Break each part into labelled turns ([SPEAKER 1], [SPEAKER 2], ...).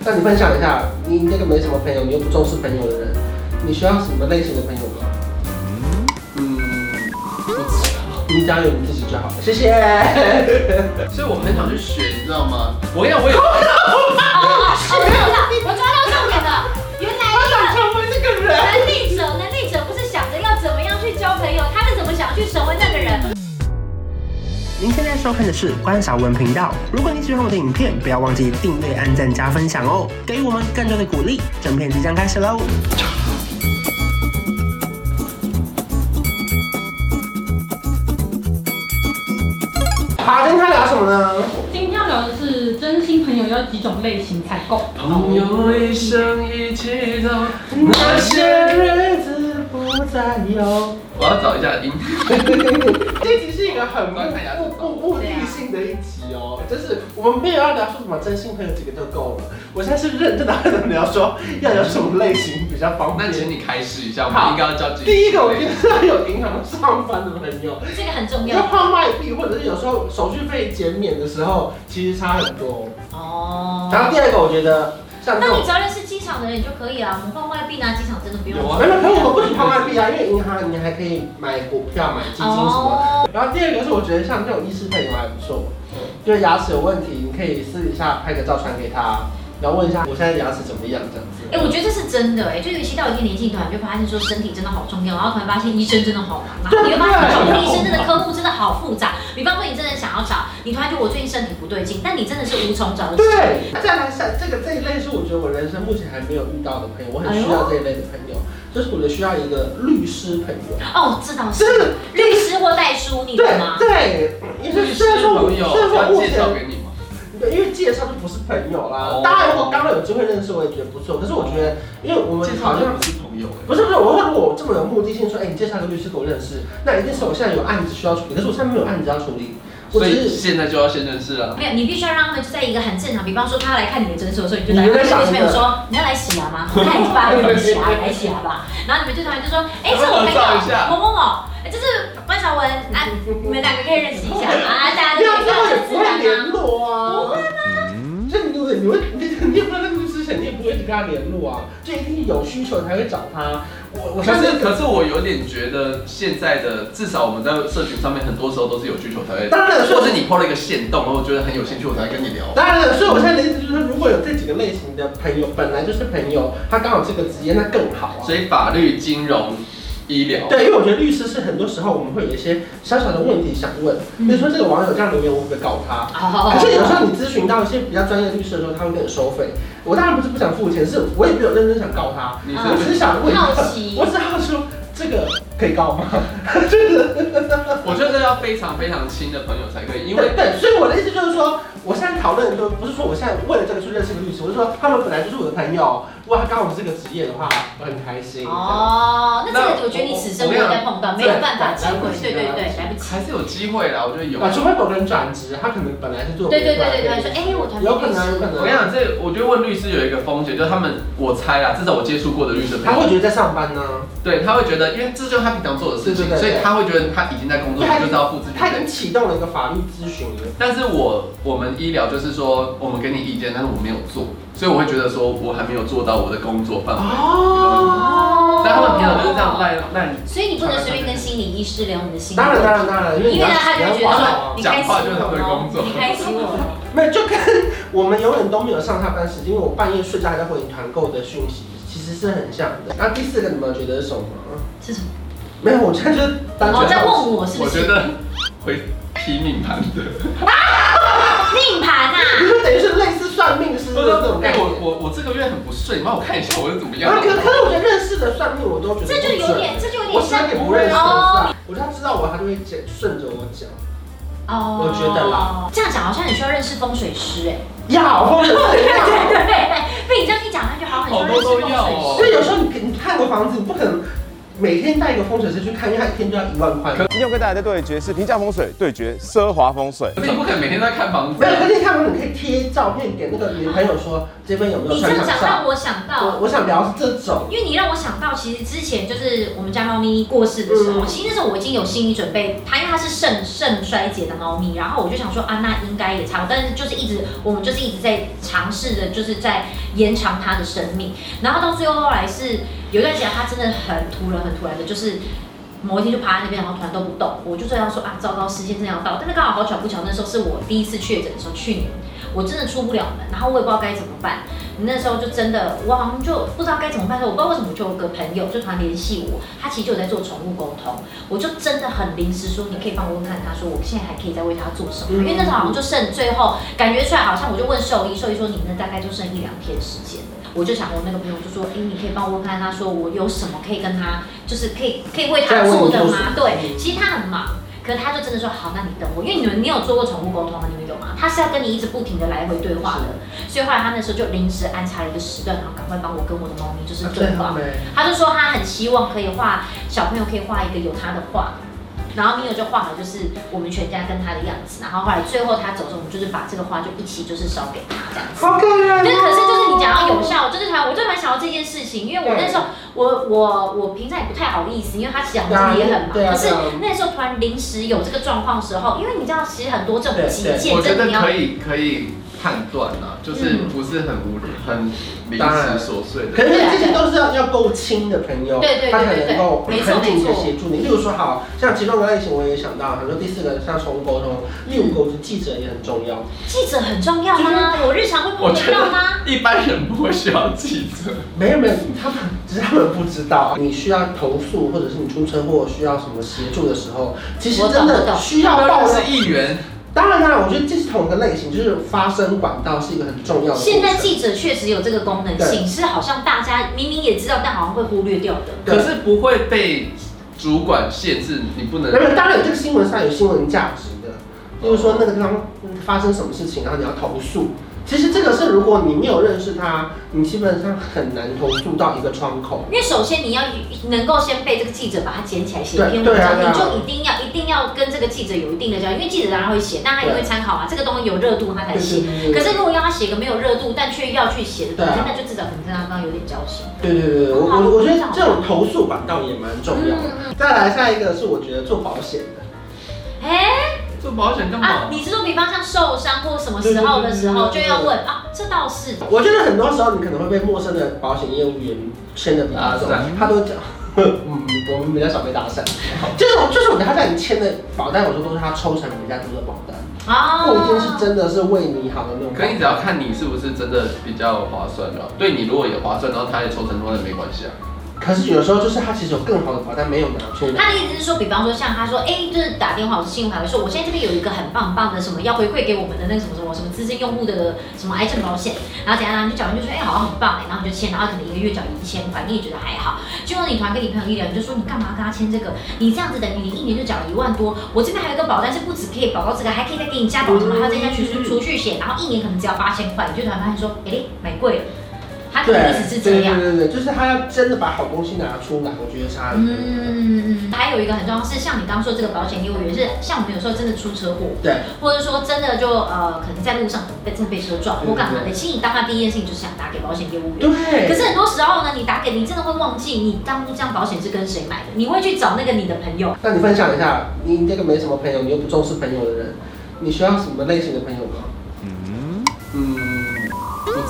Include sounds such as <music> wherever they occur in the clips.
[SPEAKER 1] 那你分享一下，你那个没什么朋友，你又不重视朋友的人，你需要什么类型的朋友吗？嗯，不知道，你加油，你自己就好了。谢谢。
[SPEAKER 2] 所以我很想去学，你知道吗？我跟你讲，我有，
[SPEAKER 3] 哦，我知道了，我抓到重点了。原来能力者，能力者不是想着要怎么样去交朋友，他是怎么想去成为那个人。
[SPEAKER 4] 您现在收看的是关少文频道。如果你喜欢我的影片，不要忘记订阅、按赞、加分享哦，给予我们更多的鼓励。整片即将开始喽！
[SPEAKER 1] 好，今天要聊什么呢？
[SPEAKER 5] 今天要聊的是真心朋友要几种类型才够。
[SPEAKER 1] 朋友一生一起走，那些日子不再 <laughs> 有。
[SPEAKER 2] 我要找一下音。
[SPEAKER 1] 这集是一个很目目目的性的一集哦，就是我们没有要聊说什么真心朋友几个就够了，我现在是认真的在聊说要聊什么类型比较方
[SPEAKER 2] 那请
[SPEAKER 1] 便。
[SPEAKER 2] 你开始一下，我们应该要叫
[SPEAKER 1] 第一个，我就是要有银行上班的朋友，
[SPEAKER 3] 这个很重
[SPEAKER 1] 要
[SPEAKER 3] 要
[SPEAKER 1] 怕外币，或者是有时候手续费减免的时候，其实差很多。
[SPEAKER 3] 哦。
[SPEAKER 1] 然后第二个，我觉得像这
[SPEAKER 3] 那
[SPEAKER 1] 种
[SPEAKER 3] 你只要认识机场的人就可以啊，我们换外币拿机场真的不用。
[SPEAKER 2] 有啊
[SPEAKER 1] 没有，可是我不是抛外币啊，因为银行你还可以买股票、买基金什么的。
[SPEAKER 3] 哦，
[SPEAKER 1] 然后第二个是我觉得像这种医师朋友还不错，就是牙齿有问题，你可以私底下拍个照传给他，然后问一下我现在牙齿怎么样这样子。
[SPEAKER 3] 哎、我觉得这是真的哎、就尤其到一定年纪，你突然就发现说身体真的好重要，然后突然发现医生真的好忙，然后你会发现找医生真的科目真的好复杂。比方说你真的想要找，你突然觉得我最近身体不对劲，但你真的是无从找的时候。
[SPEAKER 1] 对，再来下这个这一类是我觉得我人生目前还没有遇到的朋友，我很
[SPEAKER 3] 哎
[SPEAKER 1] 需要这一类的朋友，就是我觉得需要一个律师朋友。
[SPEAKER 3] 哦，这倒
[SPEAKER 1] 真的
[SPEAKER 3] 是律师或代书，你
[SPEAKER 1] 对
[SPEAKER 3] 懂吗？
[SPEAKER 1] 对，因为虽然说我虽
[SPEAKER 2] 朋友
[SPEAKER 1] 然说
[SPEAKER 2] 要
[SPEAKER 1] 我目
[SPEAKER 2] 介绍
[SPEAKER 1] 前
[SPEAKER 2] 给你吗？
[SPEAKER 1] 对，因为介绍就不是朋友啦
[SPEAKER 2] 哦。
[SPEAKER 1] 当然，如果刚好有机会认识，我也觉得不错。可是我觉得，因为我们
[SPEAKER 2] 介绍
[SPEAKER 1] 好
[SPEAKER 2] 就
[SPEAKER 1] 像
[SPEAKER 2] 不是朋友哎。
[SPEAKER 1] 不是不是，我会如果我这么有目的性说，哎、你介绍个律师给我认识，那一定是我现在有案子需要处理，可是我现在没有案子要处理，我
[SPEAKER 2] 所
[SPEAKER 1] 只
[SPEAKER 2] 以
[SPEAKER 1] 是
[SPEAKER 2] 现在就要先认识了。
[SPEAKER 3] 没有，你必须要让他们就在一个很正常，比方说他来看你的诊所的时候，你就
[SPEAKER 1] 你
[SPEAKER 3] 来
[SPEAKER 1] 就在
[SPEAKER 3] 跟
[SPEAKER 1] 想
[SPEAKER 3] 朋友说你要来洗牙吗？我看你是八个人洗牙，你来洗牙吧。 <laughs> 然后你们就突然就说，哎、这是我朋
[SPEAKER 2] 照一
[SPEAKER 3] <laughs>
[SPEAKER 2] 下
[SPEAKER 3] 友某某某，哎这是关晓雯啊，你们两个可以认识一下啊，大家
[SPEAKER 1] 没
[SPEAKER 3] 就
[SPEAKER 1] 有
[SPEAKER 3] 可以
[SPEAKER 1] 之后也不
[SPEAKER 3] 这样
[SPEAKER 1] 会
[SPEAKER 3] 自然
[SPEAKER 1] 联
[SPEAKER 3] 啊。
[SPEAKER 1] 络啊。
[SPEAKER 2] 嗯
[SPEAKER 1] 就你对你会你你也不知道那个律师谁，你也不会一直跟他联络啊，就一定是有需求才会找他。我我
[SPEAKER 2] 可
[SPEAKER 1] 相信
[SPEAKER 2] 是，可是我有点觉得现在的，至少我们在社群上面，很多时候都是有需求才会，
[SPEAKER 1] 当然
[SPEAKER 2] 或是你 PO 了一个线动，然后我觉得很有兴趣，我才跟你聊。
[SPEAKER 1] 当然了，所以我现在的意思就是，如果有这几个类型的朋友，本来就是朋友，他刚好这个职业那更好啊。
[SPEAKER 2] 所以法律、金融、医疗，
[SPEAKER 1] 对，因为我觉得律师是很多时候我们会有一些小小的问题想问，比如说这个网友这样留言，我会不会告他？可是有时
[SPEAKER 3] 哦，
[SPEAKER 1] 候你咨询到一些比较专业的律师的时候，他会跟你收费。我当然不是不想付钱，是我也没有认真想告他，
[SPEAKER 2] 你
[SPEAKER 1] 我只
[SPEAKER 2] 是
[SPEAKER 1] 是想问一下
[SPEAKER 3] 哦好，奇
[SPEAKER 1] 我只好说这个可以告吗？
[SPEAKER 2] 我觉得要非常非常亲的朋友才可以，因为
[SPEAKER 1] 对对，所以我的意思就是说，我现在讨论的时候，不是说我现在为了这个去认识个律师，我是说他们本来就是我的朋友，如果他刚好是这个职业的话，我很开心。
[SPEAKER 3] 哦，那这个我觉得你此生不应该碰到，没有办法机会，对对对，来不及。 <laughs>
[SPEAKER 2] 还是有机会啦。我觉得有。
[SPEAKER 1] 啊，除非某个人转职，他可能本来是做
[SPEAKER 3] 对对对对对，说哎、我团队
[SPEAKER 1] 有可能有可
[SPEAKER 3] 律师，
[SPEAKER 1] 能，
[SPEAKER 2] 我跟你讲，这我觉得问律师有一个风险，就是他们，我猜啦，至少我接触过的律师
[SPEAKER 1] 他
[SPEAKER 2] 朋友，
[SPEAKER 1] 会觉得在上班呢、
[SPEAKER 2] 对，他会觉得，因为这就是他平常做的事情，
[SPEAKER 1] 对对对
[SPEAKER 2] 所以他会觉得他已经在工作，
[SPEAKER 1] 对他
[SPEAKER 2] 你就是要付自己
[SPEAKER 1] 他已
[SPEAKER 2] 费
[SPEAKER 1] 经启动了一个法律咨询了。
[SPEAKER 2] 但是我我们医疗就是说，我们给你意见，但是我没有做，所以我会觉得说我还没有做到我的工作范围。
[SPEAKER 1] 哦
[SPEAKER 2] 但他们平常就是这样赖赖，
[SPEAKER 3] 所以你不能随便跟心理医师聊你的心理。
[SPEAKER 1] 当然当然当然，因为你
[SPEAKER 3] 因为
[SPEAKER 1] 要
[SPEAKER 3] 呢，他就会
[SPEAKER 1] 你要
[SPEAKER 3] 觉得
[SPEAKER 1] 花
[SPEAKER 3] 说
[SPEAKER 1] 脑
[SPEAKER 3] 你
[SPEAKER 2] 讲
[SPEAKER 3] 开启
[SPEAKER 2] 话就是他
[SPEAKER 3] 我
[SPEAKER 2] 们的工
[SPEAKER 3] 哦
[SPEAKER 2] 作，
[SPEAKER 3] 你开启我了。
[SPEAKER 1] 没有，就跟 <laughs> 我们永远都没有上下班时间，因为我半夜睡觉还在回你团购的讯息，其实是很像的。那第四个你们觉得是什么？
[SPEAKER 3] 是什么？
[SPEAKER 1] 没有，我现在就是单纯
[SPEAKER 3] 哦，在问我是
[SPEAKER 2] 我
[SPEAKER 3] 不
[SPEAKER 2] 觉
[SPEAKER 3] 是？
[SPEAKER 2] 得会批命盘
[SPEAKER 1] <laughs>
[SPEAKER 2] 的。
[SPEAKER 3] 命盘啊！
[SPEAKER 1] 你就等于是类似算命师的这种
[SPEAKER 2] 哎
[SPEAKER 1] 概，念
[SPEAKER 2] 我。我我这个月很不顺，你帮我看一下我是怎么样
[SPEAKER 1] 然后可可是我觉得认识的算命我都觉得
[SPEAKER 3] 这就
[SPEAKER 1] 不
[SPEAKER 3] 有
[SPEAKER 1] 准
[SPEAKER 3] 点，这就有
[SPEAKER 1] 我
[SPEAKER 3] 点
[SPEAKER 1] 喜欢
[SPEAKER 3] 像
[SPEAKER 1] 给不认识的
[SPEAKER 3] 哦
[SPEAKER 1] 算，我就他知道我，他就会讲顺着我讲。
[SPEAKER 3] 哦
[SPEAKER 1] 我觉得啦，
[SPEAKER 3] 这样讲好像很需要认识风水
[SPEAKER 1] <laughs>
[SPEAKER 3] 师哎。
[SPEAKER 1] 呀，我风水
[SPEAKER 3] 对
[SPEAKER 1] 师。
[SPEAKER 3] 对对，被你这样一讲，他就好像很需要
[SPEAKER 2] 好多
[SPEAKER 3] 认识风
[SPEAKER 2] 都要
[SPEAKER 3] 水
[SPEAKER 2] 哦
[SPEAKER 1] <laughs>
[SPEAKER 3] 师。
[SPEAKER 1] 所以有时候你你看个房子，你不可能每天带一个风水师去看，因为他一天就要一万块。
[SPEAKER 6] 今天要跟大家的对决是平价风水对决奢华风水。
[SPEAKER 2] 可是你不可能每天都在看房子
[SPEAKER 1] 没有，可
[SPEAKER 2] 啊。
[SPEAKER 1] 是看完你可以贴照片给那个女朋友说，这边有没有
[SPEAKER 3] 你这
[SPEAKER 1] 穿
[SPEAKER 3] 样
[SPEAKER 1] 上
[SPEAKER 3] 讲让
[SPEAKER 1] 上？
[SPEAKER 3] 我想到，
[SPEAKER 1] 我我想聊是这种，
[SPEAKER 3] 因为你让我想到，其实之前就是我们家猫咪过世的时候，
[SPEAKER 1] 嗯
[SPEAKER 3] 其实那时候我已经有心理准备，它因为它是肾肾衰竭的猫咪，然后我就想说啊，那应该也差不多，但是就是一直我们就是一直在尝试着，就是在延长他的生命。然后到最后后来是有一段时间，他真的很突然、很突然的，就是某一天就趴在那边，然后突然都不动。我就这样说啊，糟糕，时间真的要到。但是刚好好巧不巧，那时候是我第一次确诊的时候，去年我真的出不了门，然后我也不知道该怎么办。那时候就真的，我好像就不知道该怎么办，我不知道为什么就有个朋友就突然联系我，他其实就有在做宠物沟通，我就真的很临时说，你可以帮我问看他说我现在还可以再为他做什么，因为那时候好像就剩最后感觉出来，好像我就问兽医，兽医说你那大概就剩一两天时间了。我就想我那个朋友就说，哎、你可以帮我问看他说我有什么可以跟他，就是可以可以为他做嗯的吗？对，其实他很忙。可是他就真的说好，那你等我，因为你们你有做过宠物沟通吗？你们有吗？他是要跟你一直不停的来回对话的，所以后来他那时候就临时安插了一个时段，然后赶快帮我跟我的猫咪就是啊对哦话。他就说他很希望可以画小朋友可以画一个有他的画，然后米友就画了就是我们全家跟他的样子，然后后来最后他走的时候，我们就是把这个画就一起就是烧给他这样子。
[SPEAKER 1] 好感人哦。
[SPEAKER 3] 对，
[SPEAKER 2] 啊
[SPEAKER 3] 可是就是你讲到有效，就是团，我就蛮想要这件事情，因为我那时候我我我平常也不太好意思，因为他其实我自己也很忙，
[SPEAKER 1] 对啊
[SPEAKER 3] 可
[SPEAKER 1] 对
[SPEAKER 3] 是
[SPEAKER 1] 啊
[SPEAKER 3] 那时候突然临时有这个状况的时候，因为你知道，其实很多这种
[SPEAKER 1] 对
[SPEAKER 3] 急
[SPEAKER 1] 对
[SPEAKER 3] 件
[SPEAKER 2] 我觉
[SPEAKER 3] 真的
[SPEAKER 2] 得
[SPEAKER 3] 你要
[SPEAKER 2] 可以可以判断啊，就是不是很无很临
[SPEAKER 1] 当然
[SPEAKER 2] 时琐碎
[SPEAKER 1] 可
[SPEAKER 2] 的。
[SPEAKER 1] 是这些都是要要够亲的朋友，
[SPEAKER 3] 对对对
[SPEAKER 1] 他才能够
[SPEAKER 3] 对对对
[SPEAKER 1] 很紧
[SPEAKER 3] 没错
[SPEAKER 1] 的
[SPEAKER 3] 没错
[SPEAKER 1] 协助你。例如说，好像其中的类型我也想到，很多第四个像宠物沟通，第五个我觉得记者也很重要。
[SPEAKER 3] 记者很重要吗？我日常会
[SPEAKER 2] 我
[SPEAKER 3] 碰
[SPEAKER 2] 觉
[SPEAKER 3] 得到吗？
[SPEAKER 2] 得一般人不会需要记者。
[SPEAKER 1] 没有没有，他们只是他们不知道，你需要投诉或者是你出车祸需要什么协助的时候，其实
[SPEAKER 3] 我
[SPEAKER 1] 真
[SPEAKER 3] 懂我
[SPEAKER 1] 的
[SPEAKER 3] 懂
[SPEAKER 1] 需要
[SPEAKER 2] 要
[SPEAKER 1] 报
[SPEAKER 2] 不
[SPEAKER 1] 料
[SPEAKER 2] 是议员，
[SPEAKER 1] 当然当然，我觉得这是同一个类型，就是发声管道是一个很重要的过程。
[SPEAKER 3] 现在记者确实有这个功能性，是好像大家明明也知道，但好像会忽略掉的。
[SPEAKER 1] 对
[SPEAKER 2] 可是不会被主管限制，你不能
[SPEAKER 1] 没。有，当然有这个新闻上有新闻价值的，就是说那个地方发生什么事情，然后你要投诉。其实这个是如果你没有认识他，你基本上很难投诉到一个窗口。
[SPEAKER 3] 因为首先你要能够先被这个记者把它捡起来写一篇
[SPEAKER 1] 对
[SPEAKER 3] 文
[SPEAKER 1] 对啊
[SPEAKER 3] 章，
[SPEAKER 1] 对啊
[SPEAKER 3] 你就一定要一定要跟这个记者有一定的交流，因为记者当然会写，但他也会参考啊，这个东西有热度他才写。
[SPEAKER 1] 对
[SPEAKER 3] 可是如果要他写一个没有热度但却要去写的
[SPEAKER 1] 对
[SPEAKER 3] 东西
[SPEAKER 1] 啊，
[SPEAKER 3] 那就至少可能跟他刚刚有点交心。
[SPEAKER 1] 对对对对，我我我觉得这种投诉嗯管道也蛮重要的。再来下一个是我觉得做保险的，
[SPEAKER 3] 哎
[SPEAKER 2] 做保险干
[SPEAKER 3] 啊
[SPEAKER 2] 嘛，？
[SPEAKER 3] 你是说比方像受伤或什么时候的时候
[SPEAKER 1] 嗯对对对对对
[SPEAKER 3] 就要问啊？这倒是。
[SPEAKER 1] 我觉得很多时候你可能会被陌生的保险业务员牵着鼻
[SPEAKER 2] 搭
[SPEAKER 1] 子走
[SPEAKER 2] 讪，
[SPEAKER 1] 他都讲。嗯，我们比较少被搭讪， <laughs> 就是我就是我跟他在你签的保单，我说都是他抽成人家多的保单。
[SPEAKER 3] 啊
[SPEAKER 1] 我已经是真的是为你好的那种。
[SPEAKER 2] 可你只要看你是不是真的比较划算了。对你如果也划算，然后他也抽成多，那没关系啊。
[SPEAKER 1] 可是有时候就是他其实有更好的保单没有拿出来。
[SPEAKER 3] 他的意思是说，比方说像他说，哎、就是打电话，我是信用卡，我说我现在这边有一个很棒很棒的什么要回馈给我们的那个什么什么什么资深用户的什么癌症保险，然后怎样，然后你就缴完就说，哎、好像很棒哎、然后你就签，然后可能一个月缴一千块，你也觉得还好。结果你突然跟你朋友一聊，你就说你干嘛跟他签这个？你这样子等于你一年就缴了一万多，我这边还有一个保单是不止可以保到这个，还可以再给你加保什么，还要再加储蓄储蓄险，然后一年可能只要八千块，你就突然发现说，哎、买贵了。他可能意思是这
[SPEAKER 1] 对
[SPEAKER 3] 样
[SPEAKER 1] 对。对对，就是他要真的把好东西拿出来，我觉得差很多。
[SPEAKER 3] 嗯，还有一个很重要是，像你刚刚说这个保险业务员是，像我们有时候真的出车祸，
[SPEAKER 1] 对，
[SPEAKER 3] 或者说真的就呃，可能在路上被真的被车撞
[SPEAKER 1] 对
[SPEAKER 3] 或干嘛的，其实你当下第一件事情就是想打给保险业务员。
[SPEAKER 1] 对。
[SPEAKER 3] 可是很多时候呢，你打给你真的会忘记你当初这样保险是跟谁买的，你会去找那个你的朋友。
[SPEAKER 1] 那你分享一下，你这个没什么朋友，你又不重视朋友的人，你需要什么类型的朋友吗？
[SPEAKER 2] 嗯，
[SPEAKER 1] 嗯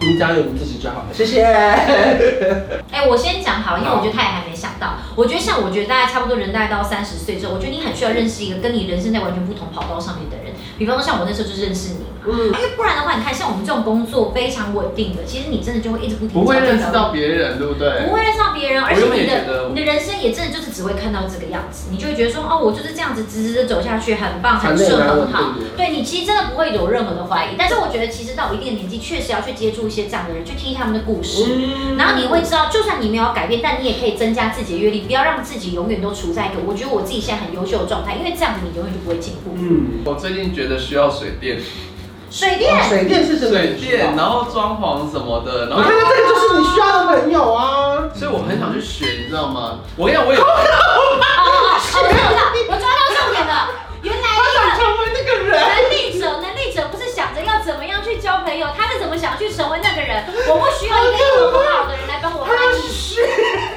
[SPEAKER 1] 你只要有你自己就好了。谢谢。
[SPEAKER 3] 哎、我先讲好了，因为我觉得他也还没想到。我觉得像我觉得大概差不多人大概到三十岁之后，我觉得你很需要认识一个跟你人生在完全不同跑道上面的人。比方说像我那时候就认识你嘛，
[SPEAKER 1] 嗯，
[SPEAKER 3] 因为不然的话，你看像我们这种工作非常稳定的，其实你真的就会一直不停
[SPEAKER 2] 不会
[SPEAKER 3] 找这个
[SPEAKER 2] 认识到别人，对不对
[SPEAKER 3] 不？会认识到别人，而且
[SPEAKER 2] 我原本
[SPEAKER 3] 你
[SPEAKER 2] 也觉
[SPEAKER 3] 的
[SPEAKER 2] 得
[SPEAKER 3] 你的人生也真的就是只会看到这个样子，你就会觉得说哦，我就是这样子直直的走下去，很棒，很顺，
[SPEAKER 1] 反正
[SPEAKER 3] 很好
[SPEAKER 1] 也蛮稳定的。
[SPEAKER 3] 对你其实真的不会有任何的怀疑，但是我觉得其实到一定的年纪，确实要去接触一些这样的人，去听他们的故事。
[SPEAKER 2] 嗯
[SPEAKER 3] 然后你会知道，就算你没有改变，但你也可以增加自己的阅历，不要让自己永远都处在一个我觉得我自己现在很优秀的状态，因为这样子你永远就不会进步。
[SPEAKER 1] 嗯，
[SPEAKER 2] 我最近觉得需要水电，哦
[SPEAKER 3] 水电，
[SPEAKER 1] 水电是真的
[SPEAKER 2] 水
[SPEAKER 1] 很需要
[SPEAKER 2] 电，。然后装潢什么的，然
[SPEAKER 1] 你
[SPEAKER 2] 后
[SPEAKER 1] 看，这个就是你需要的朋友啊。
[SPEAKER 2] 所以我很想去学，你知道吗？我跟你讲， <laughs> 我有。
[SPEAKER 3] 哦哦，哦我知道，我知道，我抓到重点了。原来一个
[SPEAKER 1] 成为那个人。
[SPEAKER 3] 能力者，能力者不是想着要怎么样去交朋友，他是怎么想去成为那个人。我不需要一个英文不好的人来帮我翻译，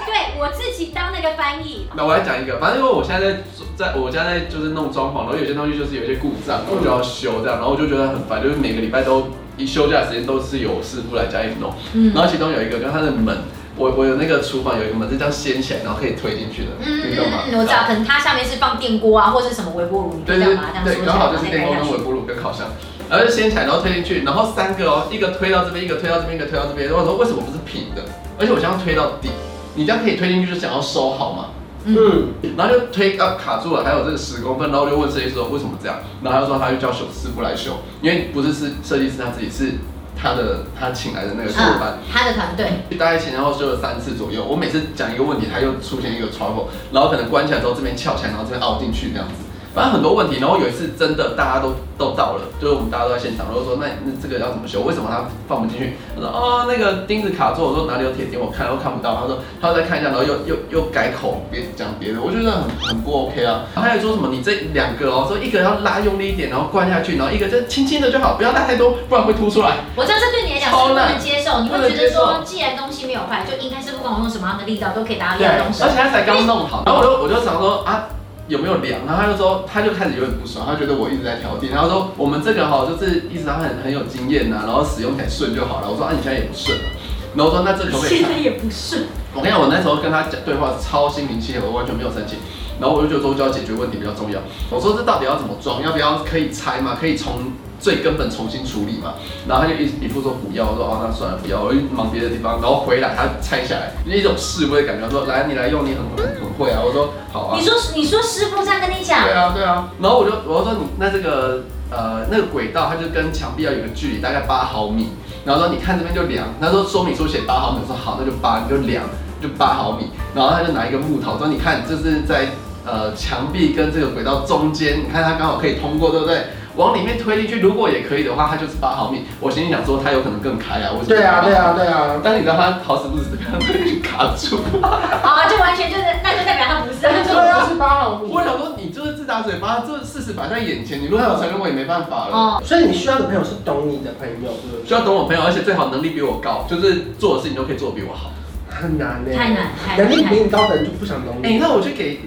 [SPEAKER 3] 对我自己当那个翻译。
[SPEAKER 2] 那我来讲一个，反正因为我现在在做在我家嗯在就是弄装潢，然后有些东西就是有一些故障，然后就要修这样，然后我就觉得很烦，就是每个礼拜都。一休假时间都是有师傅来家里弄。
[SPEAKER 3] 嗯
[SPEAKER 2] 然后其中有一个，跟它的门，我我有那个厨房有一个门是这样掀起来，然后可以推进去的，你懂吗？
[SPEAKER 3] 嗯，我知道，可能它下面是放电锅啊，或者是什么微波炉，你就
[SPEAKER 2] 对
[SPEAKER 3] 这
[SPEAKER 2] 对
[SPEAKER 3] 样把它这样
[SPEAKER 2] 对，
[SPEAKER 3] 缩起
[SPEAKER 2] 刚
[SPEAKER 3] 来，
[SPEAKER 2] 好
[SPEAKER 3] 然
[SPEAKER 2] 就是
[SPEAKER 3] 后再
[SPEAKER 2] 电
[SPEAKER 3] 盖
[SPEAKER 2] 锅
[SPEAKER 3] 下
[SPEAKER 2] 跟
[SPEAKER 3] 去
[SPEAKER 2] 微。波炉跟烤箱，然后就掀起来，然后推进去，然后三个哦，一个推到这边，一个推到这边，一个推到这边。然后我说为什么不是平的？而且我这样推到底，你这样可以推进去，就想要收好嘛。
[SPEAKER 1] 嗯，
[SPEAKER 2] 然后就推啊卡住了，还有这个十公分，然后我就问设计师说为什么这样，然后他就说他就叫修师傅来修，因为不是是设计师他自己是他的他请来的那个修班。
[SPEAKER 3] 嗯，他的团队，
[SPEAKER 2] 大概前前后后修了三次左右，我每次讲一个问题，他又出现一个 trouble，然后可能关起来之后这边翘起来，然后这边凹进去这样子，反正很多问题。然后有一次真的大家都都到了，就是我们大家都在现场，然后说那那这个要怎么修？为什么他放不进去？他说哦那个钉子卡住，我说哪里有铁钉，我看都看不到。他说他要再看一下，然后又又又改口，别讲别的，我觉得很很不 OK 啊。他还说什么你这两个哦，说一个要拉用力一点，然后灌下去，然后一个就轻轻的就好，不要拉太多，不然会凸出来。
[SPEAKER 3] 我知道这对你来讲是
[SPEAKER 2] 超
[SPEAKER 3] 不能
[SPEAKER 2] 烂
[SPEAKER 3] 接受，你
[SPEAKER 2] 不
[SPEAKER 3] 会
[SPEAKER 2] 能
[SPEAKER 3] 觉得
[SPEAKER 2] 接
[SPEAKER 3] 说，既然东西没有坏，就应该是不管我用什么样的力道都可以达到一
[SPEAKER 1] 对
[SPEAKER 3] 样的东西
[SPEAKER 2] 而。且他才刚弄好，然后我就我就想说啊。有没有量？然后他就说，他就开始有点不爽，他觉得我一直在挑剔。然后说我们这个哈，就是一直他很很有经验呐、然后使用起来顺就好了。我说啊，你现在也不顺啊。然后说那这可不可以
[SPEAKER 3] 现
[SPEAKER 2] 改
[SPEAKER 3] 在？也不是，
[SPEAKER 2] 我跟你讲，我那时候跟他讲对话超心平气和，我完全没有生气。然后我就觉得说，就要解决问题比较重要。我说这到底要怎么装？要不要可以拆吗？可以从最根本重新处理吗？然后他就一一副说不要，我说哦那算了不要，我就忙别的地方。然后回来他拆下来，一种示威的感觉，说来你来用，你很很很会啊。我说好啊
[SPEAKER 3] 你。说你说师傅这样跟你讲
[SPEAKER 2] 对，啊对啊。然后我就我就说你那这个呃那个轨道，它就跟墙壁要有一个距离，大概八毫米。然后说你看这边就量，他说说明书写八毫米，我说好那就八，你就量就八毫米。然后他就拿一个木头说你看这是在呃墙壁跟这个轨道中间，你看它刚好可以通过，对不对？往里面推进去，如果也可以的话，它就是八毫米。我心里想说它有可能更开啊，我
[SPEAKER 1] 对啊，对。啊，对啊，
[SPEAKER 2] 但你知道它好死不死被卡住，
[SPEAKER 3] 啊，就完全就是，那就代表他不是，那就
[SPEAKER 1] 对啊，是八毫米
[SPEAKER 2] 我。想说，你就是自打嘴巴，这事实摆在眼前，你如果要承认，我也没办法了。
[SPEAKER 3] 哦，
[SPEAKER 1] 所以你需要的朋友是懂你的朋友，对不
[SPEAKER 2] 需
[SPEAKER 1] 对？
[SPEAKER 2] 要懂我朋友，而且最好能力比我高，就是做的事情都可以做得比我好。
[SPEAKER 1] 很难呢，
[SPEAKER 3] 太难太难
[SPEAKER 1] 能力比你高的人就不想懂
[SPEAKER 2] 哎、
[SPEAKER 1] 你。
[SPEAKER 2] 那我就给，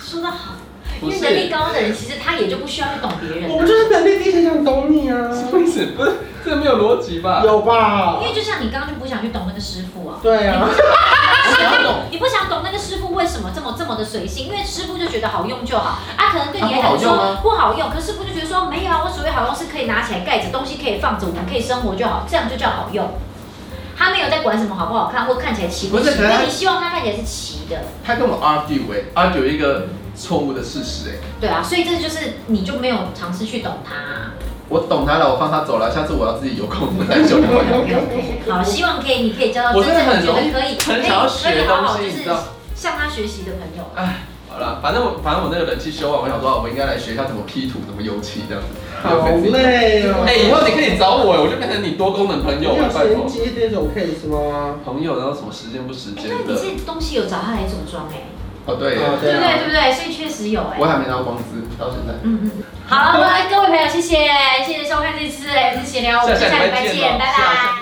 [SPEAKER 3] 说得好，因
[SPEAKER 2] 不
[SPEAKER 3] 为
[SPEAKER 2] 是
[SPEAKER 3] 能力高的人其实他也就不需要去懂别人
[SPEAKER 1] 我
[SPEAKER 3] 了
[SPEAKER 1] 们。就是能力低才想懂你啊，
[SPEAKER 2] 什么意思？不是，这没有逻辑吧？
[SPEAKER 1] 有吧
[SPEAKER 3] 哎因？为就像你刚刚就不想去懂那个师傅啊，
[SPEAKER 1] 对啊，
[SPEAKER 2] 我想要懂，
[SPEAKER 3] 你不想懂那个师傅为什么这么这么的随性，因为师傅就觉得好用就好啊，可能对你来
[SPEAKER 2] 啊不
[SPEAKER 3] 讲
[SPEAKER 2] 好用
[SPEAKER 3] 说
[SPEAKER 2] 吗
[SPEAKER 3] 不好用，可是师傅就觉得说没有啊，我所谓好用是可以拿起来盖着，东西可以放着，我们可以生活就好，这样就叫好用。他没有在管什么好不好看或看起来齐不
[SPEAKER 2] 不
[SPEAKER 3] 齐，
[SPEAKER 2] 是
[SPEAKER 3] 因
[SPEAKER 2] 可是他
[SPEAKER 3] 为你希望它看起来是齐的，
[SPEAKER 2] 他跟我 argue 哎、a r g u e 一个错误的事实哎、
[SPEAKER 3] 对啊，所以这就是你就没有尝试去懂它、啊
[SPEAKER 2] <laughs> 我懂他了，我放他走了，下次我要自己有空再 <laughs> 修。
[SPEAKER 3] 好，希望可以，你可以交到
[SPEAKER 2] 我
[SPEAKER 3] 真
[SPEAKER 2] 真的
[SPEAKER 3] 正
[SPEAKER 2] 很
[SPEAKER 3] 你觉得
[SPEAKER 2] 容易
[SPEAKER 3] 可以，
[SPEAKER 2] 很想要学
[SPEAKER 3] 可以可以好好
[SPEAKER 2] 东西
[SPEAKER 3] 就
[SPEAKER 2] 你
[SPEAKER 3] 是
[SPEAKER 2] 知道
[SPEAKER 3] 向他学习的朋友。啊
[SPEAKER 2] 哎，好了，反正我反正我那个人气修完，我想说我应该来学一下怎么 P 图，怎么油漆这样子。
[SPEAKER 1] 好累哦。
[SPEAKER 2] 哎、以后你可以找我，我就变成你多功能朋
[SPEAKER 1] 你
[SPEAKER 2] 友
[SPEAKER 1] 有
[SPEAKER 2] 了，拜
[SPEAKER 1] 衔
[SPEAKER 2] 托。
[SPEAKER 1] 接这种 case 吗？
[SPEAKER 2] 朋友，然后什么时间不时
[SPEAKER 3] 哎，
[SPEAKER 2] 间
[SPEAKER 3] 对，你
[SPEAKER 2] 的？
[SPEAKER 3] 这东西有找他来组装哎，
[SPEAKER 2] 哦，对耶，
[SPEAKER 1] 啊
[SPEAKER 3] 对不对？对
[SPEAKER 1] 啊
[SPEAKER 3] 不对？所以确实有哎
[SPEAKER 2] 我。还没拿到工资到现在。
[SPEAKER 3] 嗯嗯。
[SPEAKER 2] <laughs>
[SPEAKER 3] 嗯好了，各位朋友，谢谢谢谢收看这次的闲聊，我们
[SPEAKER 2] 下
[SPEAKER 3] 下
[SPEAKER 2] 下
[SPEAKER 3] 礼
[SPEAKER 2] 礼
[SPEAKER 3] 拜
[SPEAKER 2] 拜
[SPEAKER 3] 见，
[SPEAKER 2] 见
[SPEAKER 3] 拜
[SPEAKER 2] 下下
[SPEAKER 3] 拜。